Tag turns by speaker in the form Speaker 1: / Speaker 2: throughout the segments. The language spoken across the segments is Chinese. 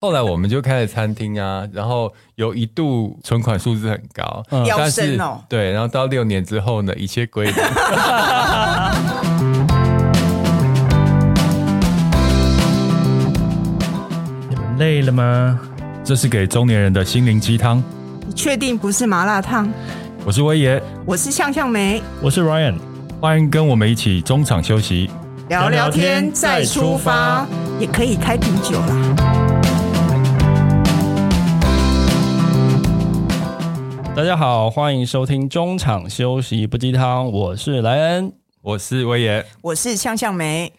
Speaker 1: 后来我们就开了餐厅 啊，然后有一度存款数字很高，
Speaker 2: 嗯
Speaker 1: 但
Speaker 3: 飙
Speaker 1: 是
Speaker 3: 升哦
Speaker 1: 对，然后到六年之后呢，一切归零。
Speaker 2: 你们累了吗？
Speaker 1: 这是给中年人的心灵鸡汤。
Speaker 3: 你确定不是麻辣烫？
Speaker 1: 我是威爷，
Speaker 3: 我是向向梅，
Speaker 2: 我是 Ryan，
Speaker 1: 欢迎跟我们一起中场休息。
Speaker 3: 聊
Speaker 2: 聊
Speaker 3: 聊
Speaker 2: 天
Speaker 3: 天
Speaker 2: 再
Speaker 3: 再
Speaker 2: 出
Speaker 3: 出
Speaker 2: 发
Speaker 3: 发，也可以开瓶酒啦。
Speaker 2: 大家好，欢迎收听中场休息不鸡汤，我是莱恩。
Speaker 1: 我是威爷，
Speaker 3: 我是向向梅，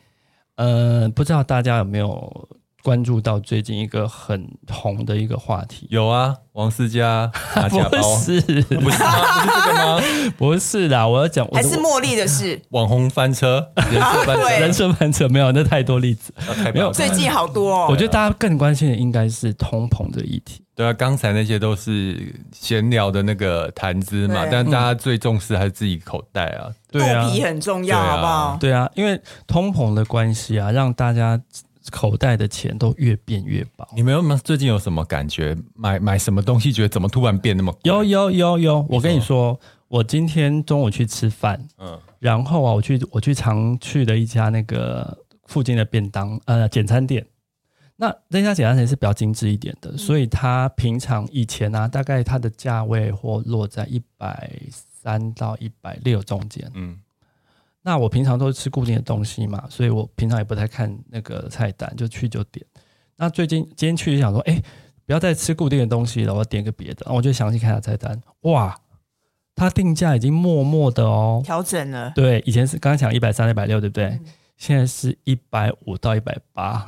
Speaker 2: 呃，不知道大家有没有关注到最近一个很红的一个话题？
Speaker 1: 有啊，王思 佳打假
Speaker 2: 不
Speaker 1: 包，啊
Speaker 2: 是，
Speaker 1: 不是吗？不是这个 吗？
Speaker 2: 不是啦，我要讲，我
Speaker 3: 还是茉莉的事。
Speaker 1: 网红翻 车，人设翻车
Speaker 3: 对
Speaker 2: 人生翻车没有，那太多例子。
Speaker 1: 啊，太
Speaker 2: 没
Speaker 1: 棒
Speaker 2: 有
Speaker 1: 了
Speaker 3: 最近好多哦，
Speaker 2: 我觉得大家更关心的应该是通膨这议题。
Speaker 1: 对啊，刚才那些都是闲聊的那个谈资嘛，
Speaker 3: 对
Speaker 1: 但大家最重视还是自己口袋啊。
Speaker 3: 肚
Speaker 2: 对啊，
Speaker 3: 皮很重要，
Speaker 1: 对啊
Speaker 3: 好不好？
Speaker 2: 对啊，因为通膨的关系啊，让大家口袋的钱都越变越薄。
Speaker 1: 你们有没有最近有什么感觉？买买什么东西，觉得怎么突然变那么贵
Speaker 2: 有有有有，我跟你说，我今天中午去吃饭，
Speaker 1: 嗯
Speaker 2: 然后啊，我去我去常去的一家那个附近的便当呃简餐店。那那家简餐店是比较精致一点的，所以它平常以前啊，大概它的价位或落在一百三到一百六中间。
Speaker 1: 嗯
Speaker 2: 那我平常都是吃固定的东西嘛，所以我平常也不太看那个菜单，就去就点。那最近今天去就想说，哎、不要再吃固定的东西了，我要点个别的。然后我就详细看一下菜单，哇，它定价已经默默的哦，
Speaker 3: 调整了，
Speaker 2: 对，以前是刚刚讲一百三、一百六，对不对？
Speaker 3: 嗯
Speaker 2: 现在是一百五到一百八，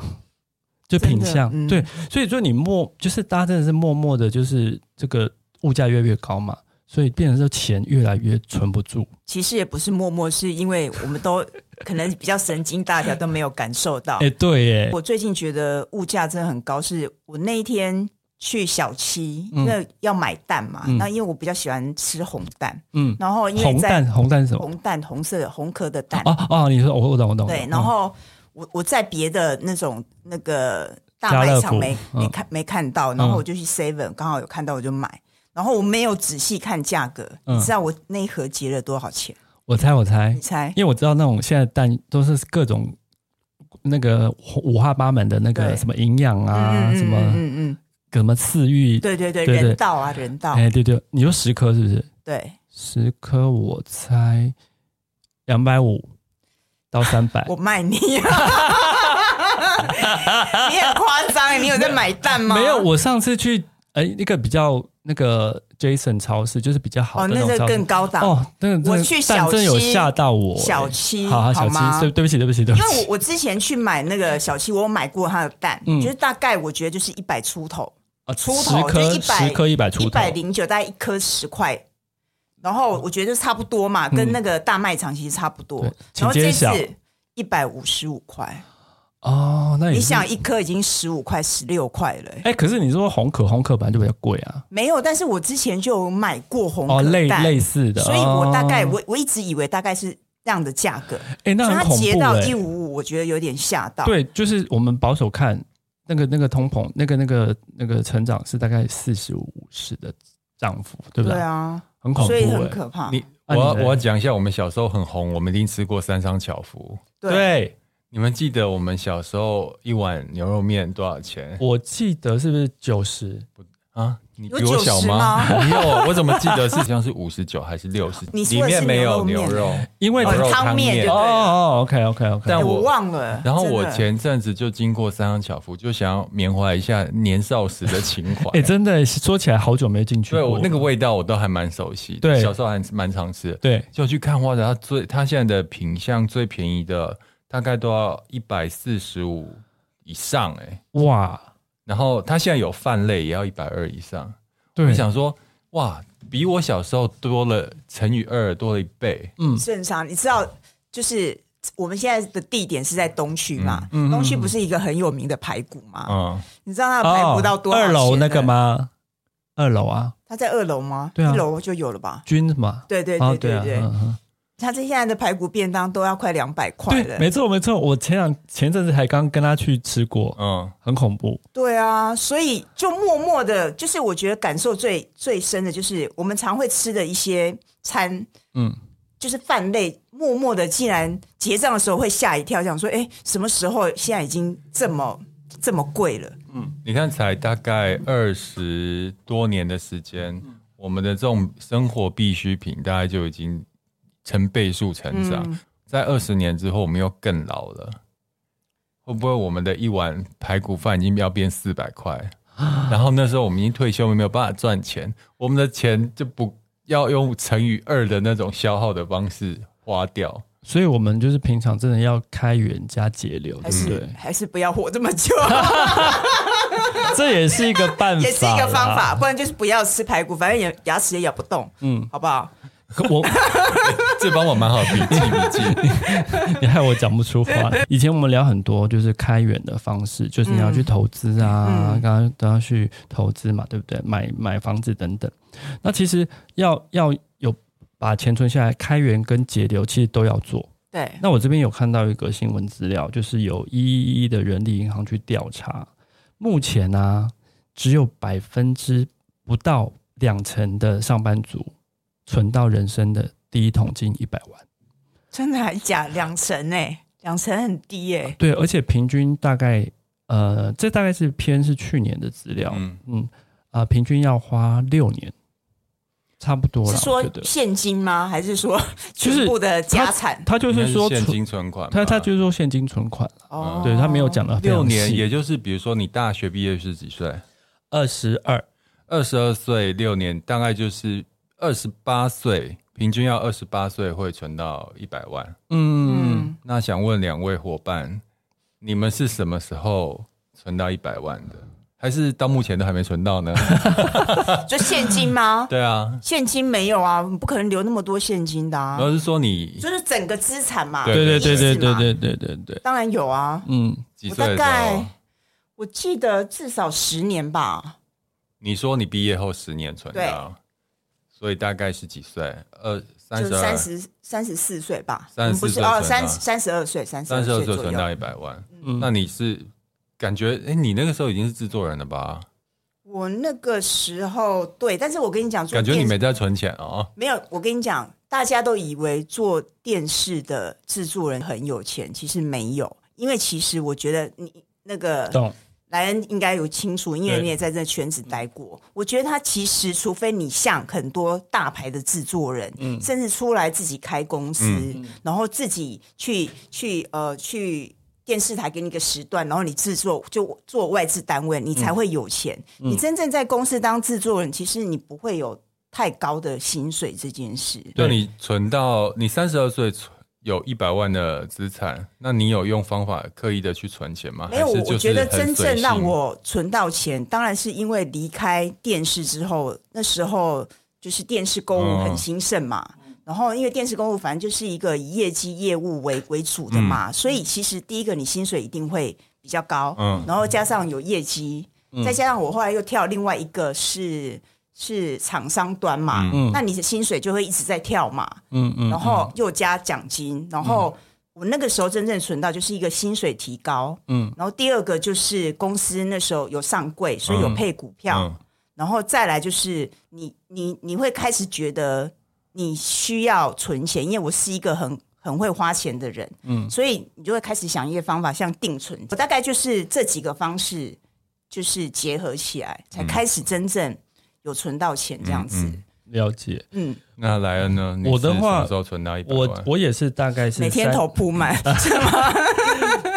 Speaker 2: 就
Speaker 3: 真的
Speaker 2: 品相、
Speaker 3: 嗯
Speaker 2: 对，所以说你默就是大家真的是默默的，就是这个物价越来越高嘛，所以变成说钱越来越存不住。
Speaker 3: 其实也不是默默，是因为我们都 可能比较神经大条，都没有感受到
Speaker 2: 哎、。对耶，
Speaker 3: 我最近觉得物价真的很高，是我那一天去小七，
Speaker 2: 嗯
Speaker 3: 那要买蛋嘛，
Speaker 2: 嗯
Speaker 3: 那因为我比较喜欢吃红蛋，
Speaker 2: 嗯，
Speaker 3: 然后因为
Speaker 2: 红
Speaker 3: 在
Speaker 2: 蛋红蛋是什么？
Speaker 3: 红蛋红色的红壳的蛋，
Speaker 2: 哦哦，你说我我懂我懂。
Speaker 3: 对，
Speaker 2: 嗯
Speaker 3: 然后我我在别的那种那个大
Speaker 2: 家乐
Speaker 3: 卖
Speaker 2: 福
Speaker 3: 场没没
Speaker 2: 嗯
Speaker 3: 看没看到，然后我就去 Seven，刚好有看到我就买，然后我没有仔细看价格，
Speaker 2: 嗯
Speaker 3: 你知道我那一盒结了多少钱？
Speaker 2: 我猜我猜
Speaker 3: 你，猜？
Speaker 2: 因为我知道那种现在蛋都是各种那个五花八门的那个
Speaker 3: 对
Speaker 2: 什么营养啊，
Speaker 3: 嗯
Speaker 2: 什
Speaker 3: 嗯
Speaker 2: 么
Speaker 3: 嗯嗯，
Speaker 2: 什么刺愈，
Speaker 3: 对对对，
Speaker 2: 对对
Speaker 3: 人道啊，人道，
Speaker 2: 哎对对，你说十颗是不是？
Speaker 3: 对
Speaker 2: 十颗我猜两百五到三百
Speaker 3: 我，卖你。 你很夸张欸，你有在买蛋吗？
Speaker 2: 没有，我上次去哎一个比较那个 Jason 超市，就是比较好
Speaker 3: 哦，
Speaker 2: 的那
Speaker 3: 那个
Speaker 2: 种超市
Speaker 3: 更。高档。
Speaker 2: 哦，那个真的
Speaker 3: 我去小
Speaker 2: 蛋真的有
Speaker 3: 七
Speaker 2: 吓到我哎
Speaker 3: 小七
Speaker 2: 好好小
Speaker 3: 好吗
Speaker 2: 七，对对不起对不起对不
Speaker 3: 因为
Speaker 2: 起，
Speaker 3: 我我之前去买那个小七，我有买过它的蛋，
Speaker 2: 嗯
Speaker 3: 就是大概我觉得就是一百出头，
Speaker 2: 啊
Speaker 3: 出
Speaker 2: 十
Speaker 3: 头就
Speaker 2: 颗
Speaker 3: 100
Speaker 2: 十颗一百出
Speaker 3: 一
Speaker 2: 头，
Speaker 3: 百零九，大概一颗十块。然后我觉得差不多嘛，跟那个大卖场其实差不多
Speaker 2: 嗯对。
Speaker 3: 然后这
Speaker 2: 请揭晓哎
Speaker 3: 次一百五十五块，
Speaker 2: 哦，那也
Speaker 3: 你
Speaker 2: 是
Speaker 3: 想一颗已经十五块、十六块了欸、
Speaker 2: 哎、可是你说红可红可本来就比较贵啊，
Speaker 3: 没有，但是我之前就有买过红
Speaker 2: 哦，
Speaker 3: 壳
Speaker 2: 类
Speaker 3: 蛋，
Speaker 2: 类似的，
Speaker 3: 所以我大概
Speaker 2: 哦
Speaker 3: 我我一直以为大概是这样的价格，
Speaker 2: 哎、那
Speaker 3: 所以
Speaker 2: 很
Speaker 3: 它
Speaker 2: 恐
Speaker 3: 截
Speaker 2: 怖
Speaker 3: 到
Speaker 2: 哎、
Speaker 3: 一五五，我觉得有点吓到。
Speaker 2: 对，就是我们保守看那个那个通膨，那个那个那个成长是大概四十五五十的涨幅，对不
Speaker 3: 对
Speaker 2: 对？
Speaker 3: 啊，
Speaker 2: 很恐怖、
Speaker 3: 所以
Speaker 2: 哎
Speaker 3: 很可怕。
Speaker 1: 你我
Speaker 2: 啊
Speaker 1: 要
Speaker 2: 你嘞
Speaker 1: 我要讲一下，我们小时候很红，我们一定吃过三商巧福。
Speaker 3: 对
Speaker 2: 对，啊
Speaker 1: 你们记得我们小时候一碗牛肉面多少钱
Speaker 2: 我记得是不是九十？
Speaker 1: 啊？你比
Speaker 3: 有
Speaker 1: 我
Speaker 3: 90
Speaker 1: 小吗？
Speaker 3: 吗
Speaker 1: 没有，我怎么记得是好 像是五十九还是六十？
Speaker 3: 你说
Speaker 1: 里
Speaker 3: 的是
Speaker 1: 面没有
Speaker 3: 牛
Speaker 1: 牛
Speaker 3: 肉面
Speaker 1: 肉，
Speaker 2: 因为
Speaker 1: 牛
Speaker 3: 哦
Speaker 1: 肉
Speaker 3: 汤
Speaker 1: 汤
Speaker 3: 面
Speaker 1: 面
Speaker 3: 就
Speaker 2: 哦
Speaker 3: 对了
Speaker 2: 哦，OK OK OK，
Speaker 1: 但
Speaker 3: 哎
Speaker 1: 我
Speaker 3: 忘了。
Speaker 1: 然后我
Speaker 3: 真的
Speaker 1: 前阵子就经过三商巧福，就想要缅怀一下年少时的情怀。
Speaker 2: 哎、真的说起来好久没进去
Speaker 1: 对
Speaker 2: 过，
Speaker 1: 我那个味道我都还蛮熟悉的，
Speaker 2: 对
Speaker 1: 小时候还蛮常吃的。
Speaker 2: 对
Speaker 1: 就去看花的，它最它现在的品相最便宜的大概都要一百四十五以上哎、
Speaker 2: 哇，
Speaker 1: 然后它现在有饭类也要一百二以上。
Speaker 2: 对
Speaker 1: 我，想说，哇，比我小时候多了乘以二多了一倍。
Speaker 2: 嗯
Speaker 3: 正常，你知道，就是我们现在的地点是在东区嘛，
Speaker 2: 嗯嗯
Speaker 3: 东区不是一个很有名的排骨嘛？
Speaker 1: 嗯，
Speaker 3: 你知道它的排骨到多少钱、嗯
Speaker 2: 哦二楼那个？吗？二楼啊，
Speaker 3: 它在二楼吗？
Speaker 2: 对啊
Speaker 3: 一楼就有了吧？
Speaker 2: 军嘛，
Speaker 3: 对对
Speaker 2: 哦
Speaker 3: 对对对，
Speaker 2: 啊嗯嗯
Speaker 3: 他这现在的排骨便当都要快两百块
Speaker 2: 对，
Speaker 3: 了。
Speaker 2: 没错没错，我前两前阵子还刚跟他去吃过，
Speaker 1: 嗯，
Speaker 2: 很恐怖。
Speaker 3: 对啊，所以就默默的，就是我觉得感受最最深的就是我们常会吃的一些餐，
Speaker 2: 嗯，
Speaker 3: 就是饭类，默默的竟然结账的时候会吓一跳，想说，哎，什么时候现在已经这么这么贵了？
Speaker 2: 嗯
Speaker 1: 你看，才大概二十多年的时间，我们的这种生活必需品大概就已经成倍数成长。
Speaker 3: 嗯
Speaker 1: 在二十年之后，我们又更老了，会不会我们的一碗排骨饭已经要变四百块？然后那时候我们已经退休，我们没有办法赚钱，我们的钱就不要用乘以二的那种消耗的方式花掉。
Speaker 2: 所以我们就是平常真的要开源加节流，
Speaker 3: 还
Speaker 2: 对不
Speaker 3: 是、
Speaker 2: 对？
Speaker 3: 还是不要活这么 久，
Speaker 2: 这也是一个办 法，
Speaker 3: 也是一个
Speaker 2: 啊
Speaker 3: 方法，。不然就是不要吃排骨，反正也牙齿也咬不动，嗯，好不好？
Speaker 2: 可我
Speaker 1: 这帮我蛮好笔记笔记，
Speaker 2: 你害我讲不出话来。以前我们聊很多就是开源的方式，就是你要去投资啊，
Speaker 3: 嗯
Speaker 2: 刚刚都要去投资嘛，对不对？买买房子等等。那其实要要有把钱存下来，开源跟节流其实都要做。
Speaker 3: 对，
Speaker 2: 那我这边有看到一个新闻资料，就是有一一一的人力银行去调查，目前呢、只有百分之不到两成的上班族存到人生的第一桶金一百万。
Speaker 3: 真的还假？两成哎、两成很低哎、
Speaker 2: 对，而且平均大概呃，这大概是偏是去年的资料， 嗯
Speaker 1: 嗯
Speaker 2: 啊、平均要花六年，差不多了。
Speaker 3: 是
Speaker 2: 我
Speaker 3: 说
Speaker 2: 觉得
Speaker 3: 现金吗？还是说
Speaker 2: 就是
Speaker 3: 全部的家产？
Speaker 2: 他就
Speaker 1: 应该
Speaker 2: 是说
Speaker 1: 现
Speaker 2: 存，
Speaker 1: 金存款吧，
Speaker 2: 他他就是说现金存款了，
Speaker 3: 哦，
Speaker 2: 对他没有讲的
Speaker 1: 六年，也就是比如说你大学毕业是几岁？
Speaker 2: 二十二，
Speaker 1: 二十二岁六年，大概就是二十八岁，平均要二十八岁会存到一百万。
Speaker 2: 嗯，
Speaker 3: 嗯，
Speaker 1: 那想问两位伙伴，你们是什么时候存到一百万的？还是到目前都还没存 到呢？
Speaker 3: 就现金吗？
Speaker 1: 对啊，
Speaker 3: 现金没有啊，你不可能留那么多现金的啊
Speaker 1: 然，后是说你
Speaker 3: 就是整个资产嘛。
Speaker 1: 呃对
Speaker 2: 对对
Speaker 3: 意思
Speaker 2: 对对对
Speaker 3: 嘛，
Speaker 2: 对对对对，
Speaker 3: 当然有啊。
Speaker 2: 嗯，
Speaker 1: 几
Speaker 3: 我
Speaker 1: 岁的
Speaker 3: 大
Speaker 1: 时候
Speaker 3: 概？我记得至少十年吧，
Speaker 1: 你说你毕业后十年存到，所以大概是几岁？二三
Speaker 3: 就
Speaker 1: 十
Speaker 3: 三
Speaker 1: 二，
Speaker 3: 十三十四岁吧，
Speaker 1: 32
Speaker 3: 嗯不是
Speaker 1: 岁存
Speaker 3: 哦，
Speaker 1: 到
Speaker 3: 三三十二岁，三十
Speaker 1: 三
Speaker 3: 二
Speaker 1: 十二
Speaker 3: 岁
Speaker 1: 岁
Speaker 3: 左
Speaker 1: 存到一
Speaker 3: 右。
Speaker 1: 百万。
Speaker 2: 嗯
Speaker 1: 那你是感觉哎、诶你那个时候已经是制作人了吧？
Speaker 3: 我那个时候对，但是我跟你讲，做
Speaker 1: 感觉你
Speaker 3: 电
Speaker 1: 没在存钱哦。
Speaker 3: 没有，我跟你讲，大家都以为做电视的制作人很有钱，其实没有，因为其实我觉得你那个
Speaker 2: 懂，
Speaker 3: 莱恩应该有清楚，因为
Speaker 2: 对
Speaker 3: 你也在这圈子待过。我觉得他其实，除非你像很多大牌的制作人，甚至出来自己开公司，然后自己去去呃去电视台给你一个时段，然后你制作就做外资单位，你才会有钱。你真正在公司当制作人，其实你不会有太高的薪水这件事。
Speaker 1: 那
Speaker 2: 对
Speaker 1: 你存到你三十二岁存有一百万的资产，那你有用方法刻意的去存钱吗？
Speaker 3: 没有，
Speaker 1: 还
Speaker 3: 我
Speaker 1: 是就
Speaker 3: 我
Speaker 1: 是
Speaker 3: 觉得
Speaker 1: 很
Speaker 3: 真
Speaker 1: 随
Speaker 3: 正
Speaker 1: 性
Speaker 3: 让我存到钱，当然是因为离开电视之后，那时候就是电视购物很
Speaker 1: 嗯
Speaker 3: 兴盛嘛。然后，因为电视购物反正就是一个以业绩业务为为主的嘛，所以其实第一个你薪水一定会比较高，
Speaker 1: 嗯
Speaker 3: 然后加上有业绩，再加上我后来又跳另外一个是是厂商端嘛，
Speaker 2: 嗯
Speaker 3: 那你的薪水就会一直在跳嘛，
Speaker 2: 嗯嗯，
Speaker 3: 然后又加奖金，然后我那个时候真正存到就是一个薪水提高，
Speaker 2: 嗯
Speaker 3: 嗯，然后第二个就是公司那时候有上柜，所以有配股票，
Speaker 1: 嗯
Speaker 3: 然后再来就是你你你会开始觉得你需要存钱，因为我是一个很很会花钱的人，嗯，所以你就会开始想一些方法，像定存，我大概就是这几个方式就是结合起来，才开始真正有存到钱这样子，
Speaker 1: 嗯
Speaker 2: 了解。
Speaker 3: 嗯，
Speaker 1: 那莱恩呢？你
Speaker 2: 我的
Speaker 1: 是
Speaker 2: 话
Speaker 1: 什么时候存到一百
Speaker 2: 我
Speaker 1: 万？
Speaker 2: 我也是大概是
Speaker 3: 每天
Speaker 2: 三
Speaker 3: 头铺满。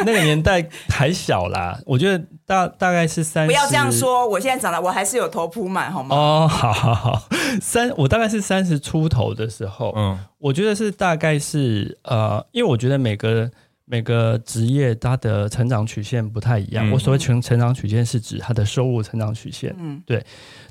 Speaker 2: 那个年代还小啦，我觉得大大概是三，
Speaker 3: 不要这样说，我现在长了，我还是有头铺满，好吗？
Speaker 2: 哦。好好好，三我大概是三十出头的时候，
Speaker 1: 嗯
Speaker 2: 我觉得是大概是呃，因为我觉得每个每个职业它的成长曲线不太一样。
Speaker 1: 嗯
Speaker 2: 我所谓成成长曲线是指它的收入成长曲线，
Speaker 3: 嗯，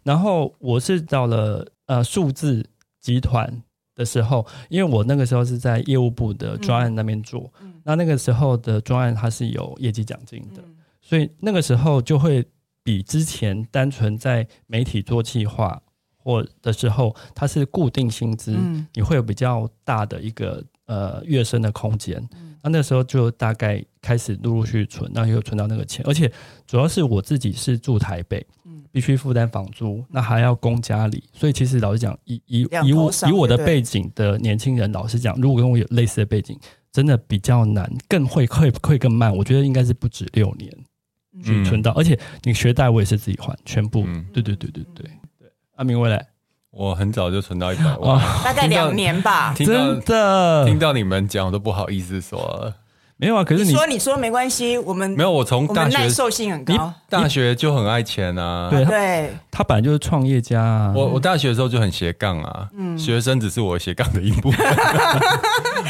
Speaker 2: 然后我是到了呃数字集团的时候，因为我那个时候是在业务部的专案那边做，
Speaker 3: 嗯
Speaker 2: 那那个时候的专案它是有业绩奖金的，
Speaker 3: 嗯
Speaker 2: 所以那个时候就会比之前单纯在媒体做企划或的时候，它是固定薪资，
Speaker 3: 嗯
Speaker 2: 你会有比较大的一个呃跃升的空间。
Speaker 3: 嗯
Speaker 2: 那那时候就大概开始陆陆续续存，那又存到那个钱，而且主要是我自己是住台北，
Speaker 3: 嗯
Speaker 2: 必须负担房租，那还要供家里，所以其实老实讲，以以
Speaker 3: 两
Speaker 2: 以
Speaker 3: 头
Speaker 2: 我
Speaker 3: 伤
Speaker 2: 以我的
Speaker 3: 对
Speaker 2: 背景的年轻人，老实讲，如果跟我有类似的背景，真的比较难，更会会会更慢。我觉得应该是不止六年去
Speaker 1: 嗯
Speaker 2: 存到，而且你学贷我也是自己还，全部。
Speaker 1: 嗯
Speaker 2: 对对对对对对。阿明未来
Speaker 1: 我很早就存到一百万，
Speaker 2: 哇，
Speaker 3: 大概
Speaker 1: 听到
Speaker 3: 两年 吧。
Speaker 1: 听到
Speaker 2: 真的
Speaker 1: 听到你们讲，我都不好意思说了。
Speaker 2: 没有啊？可是
Speaker 3: 你
Speaker 2: 你
Speaker 3: 说你说没关系，我们
Speaker 1: 没有，我从
Speaker 3: 我
Speaker 1: 大
Speaker 3: 们耐
Speaker 1: 学
Speaker 3: 受性很高。
Speaker 1: 大学就很爱钱啊。
Speaker 2: 对他
Speaker 3: 对，
Speaker 2: 他本来就是创业家啊，
Speaker 1: 我我大学的时候就很斜杠啊，
Speaker 3: 嗯
Speaker 1: 学生只是我斜杠的一部分。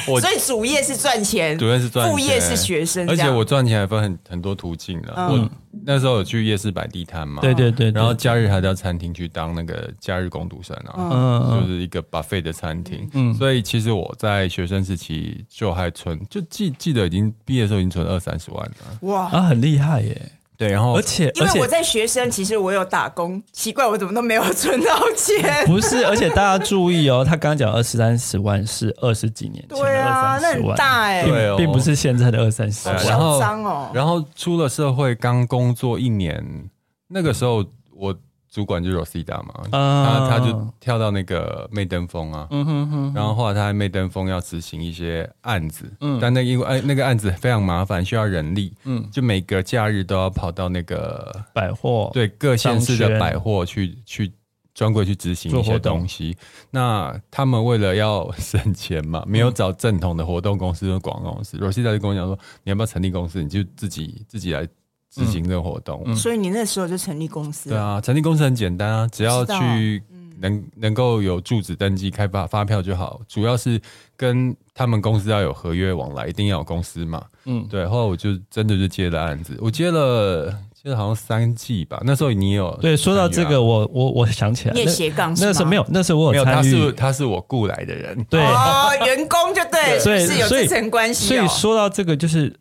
Speaker 1: 我
Speaker 3: 所以主业是赚钱，
Speaker 1: 主要是赚钱，
Speaker 3: 副业是学生，
Speaker 1: 而
Speaker 3: 这
Speaker 1: 且
Speaker 3: 样
Speaker 1: 我赚钱还分很很多途径的。
Speaker 3: 嗯
Speaker 1: 我那时候有去夜市摆地摊嘛，
Speaker 2: 对对对，对
Speaker 1: 然后假日还到餐厅去当那个假日工读生啊，
Speaker 2: 嗯
Speaker 1: 就
Speaker 2: 嗯
Speaker 1: 是一个 buffet 的餐厅。
Speaker 2: 嗯
Speaker 1: 所以其实我在学生时期就还存，就记记得已经毕业的时候已经存二三十万了。
Speaker 3: 哇。
Speaker 2: 啊很厉害耶，
Speaker 1: 对，然后
Speaker 2: 而且
Speaker 3: 因
Speaker 2: 而
Speaker 3: 为
Speaker 2: 且
Speaker 3: 我在学生，其实我有打工，奇怪我怎么都没有 存到 钱。
Speaker 2: 不是，而且大家注意哦，他刚刚讲二十三十万是二十几年前
Speaker 3: 对
Speaker 2: 的
Speaker 3: 啊
Speaker 2: 二，
Speaker 3: 那
Speaker 2: 三十
Speaker 3: 很
Speaker 2: 万，啊
Speaker 3: 大哎、
Speaker 1: 对哦
Speaker 2: 并不是现在的二三十
Speaker 1: 对啊
Speaker 3: 好
Speaker 2: 万。
Speaker 1: 然后
Speaker 3: 嚣张哦
Speaker 1: 然后出了社会，刚工作一年，那个时候我主管就是 Rosita 嘛，
Speaker 2: 啊
Speaker 1: 他他就跳到那个媚登峰啊，
Speaker 2: 嗯哼哼，
Speaker 1: 然后后来他在媚登峰要执行一些案子，但那个因为哎那个案子非常麻烦，需要人力，
Speaker 2: 嗯
Speaker 1: 就每个假日都要跑到那个
Speaker 2: 百货，
Speaker 1: 对各县市
Speaker 2: 商
Speaker 1: 的
Speaker 2: 圈
Speaker 1: 百货去去专柜去执行
Speaker 2: 做
Speaker 1: 一
Speaker 2: 活
Speaker 1: 些
Speaker 2: 动嗯
Speaker 1: 东西。那他们为了要省钱嘛，没有找正统的活动公司跟广告公司。罗西在就跟我讲说，你要不要成立公司？你就自己自己来执行这个活动。
Speaker 2: 嗯
Speaker 3: 所以你那时候就成立公司
Speaker 1: 对，啊，成立公司很简单啊，只要
Speaker 3: 知道嗯
Speaker 1: 去能能够有住址登记、开发发票就好。主要是跟他们公司要有合约往来，一定要有公司嘛。
Speaker 2: 嗯，
Speaker 1: 对，后来我就真的就接了案子，我接了接了好像三季吧。那时候你也有
Speaker 2: 对。说到
Speaker 1: 参
Speaker 2: 这
Speaker 1: 与啊
Speaker 2: 个，我我我想起来，
Speaker 3: 你也
Speaker 2: 那
Speaker 3: 斜杠是吗
Speaker 2: 那时候没有，那时候我
Speaker 1: 没有，他
Speaker 2: 参
Speaker 1: 是
Speaker 2: 与，
Speaker 1: 他是我雇来的人，
Speaker 2: 对，
Speaker 3: 哦，员工就对，
Speaker 2: 所以
Speaker 3: 是有
Speaker 2: 所以
Speaker 3: 这层关系、
Speaker 2: 所
Speaker 3: 哦。
Speaker 2: 以说到这个，就是